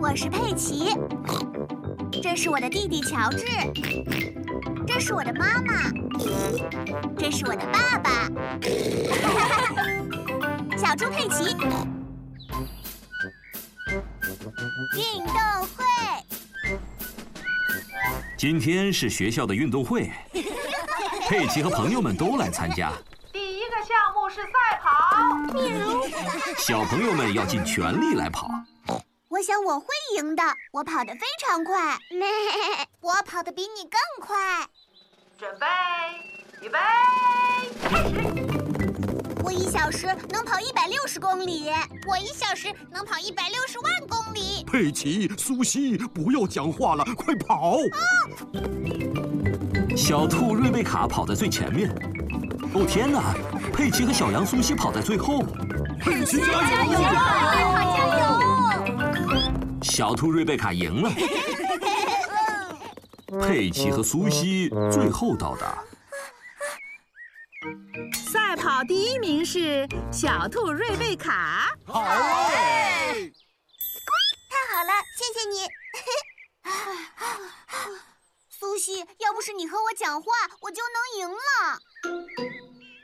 我是佩奇，这是我的弟弟乔治，这是我的妈妈，这是我的爸爸， 小猪佩奇。运动会。今天是学校的运动会，佩奇和朋友们都来参加。第一个项目是赛跑，小朋友们要尽全力来跑。 我想我会赢的，我跑得非常快，我跑得比你更快。准备，预备，我一小时能跑一百六十公里，我一小时能跑一百六十万公里。佩奇、苏西，不要讲话了，快跑！小兔瑞贝卡跑在最前面。哦天哪！佩奇和小羊苏西跑在最后。佩奇加哦油！加油！小兔瑞贝卡赢了。佩奇和苏西最后到达。赛跑第一名是小兔瑞贝卡，好！太好了，谢谢你。 苏西，要不是你和我讲话，我就能赢了。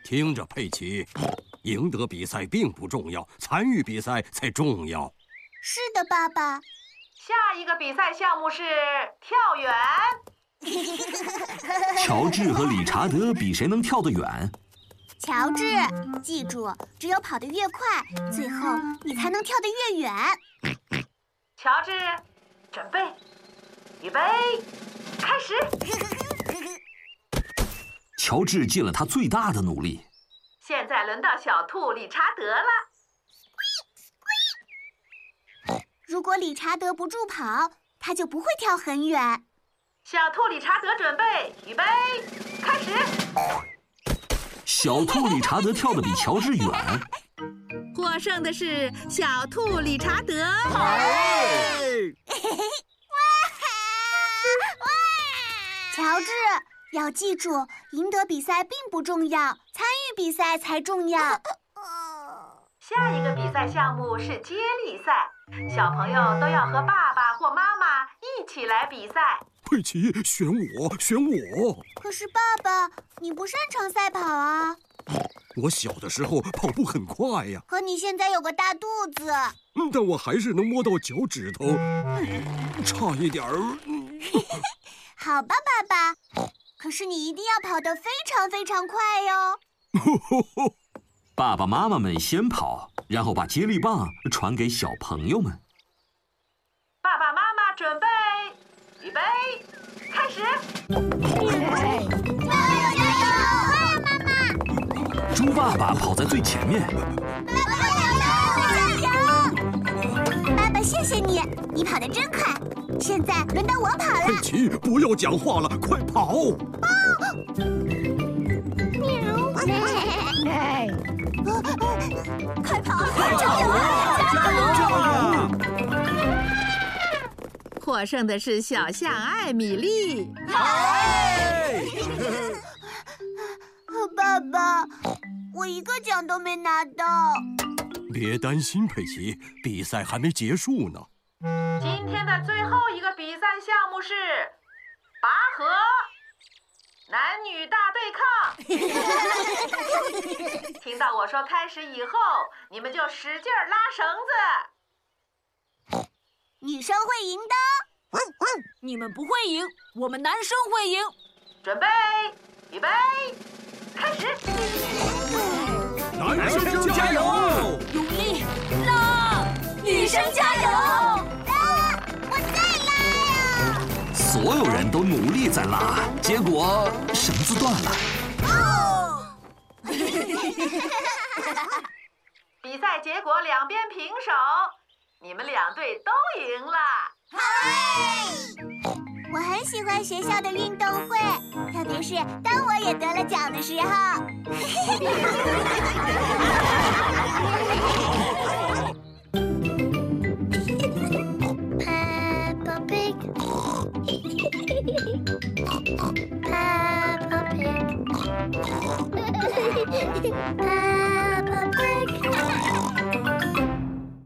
听着，佩奇，赢得比赛并不重要，参与比赛才重要。是的，爸爸。下一个比赛项目是跳远。乔治和理查德比谁能跳得远。乔治，记住，只有跑得越快，最后你才能跳得越远。乔治，准备，预备，开始。乔治尽了他最大的努力。现在轮到小兔理查德了，如果理查德不助跑，他就不会跳很远。小兔理查德准备，预备，开始。小兔理查德跳得比乔治远。获胜的是小兔理查德。乔治，要记住，赢得比赛并不重要，参与比赛才重要。下一个比赛项目是接力赛，小朋友都要和爸爸或妈妈一起来比赛。佩奇，选我，选我！可是爸爸，你不擅长赛跑啊，我小的时候跑步很快呀，可你现在有个大肚子。嗯但我还是能摸到脚趾头，嗯差一点儿。嗯好吧，爸爸，可是你一定要跑得非常非常快哟。爸爸妈妈们先跑，然后把接力棒传给小朋友们。爸爸妈妈准备，预备，开始。加油加油！妈妈，猪爸爸跑在最前面，爸爸加油加油！爸爸，谢谢你，你跑得真快。现在轮到我跑佩了。奇，不要讲话了，快跑！哦快跑！加油！加油！获胜的是小象艾米丽。哦爸爸，我一个奖都没拿到。别担心，佩奇，比赛还没结束呢。今天的最后一个比赛项目是拔河，男女大对抗。 听到我说开始以后，你们就使劲儿拉绳子。女生会赢的。嗯你们不会赢，我们男生会赢。准备，预备，开始！男生加油！努力，拉！女生加油！啊！我再拉呀！所有人都努力在拉，结果绳子断了。比赛结果两边平手，你们两队都赢了。我很喜欢学校的运动会，特别是当我也得了奖的时候。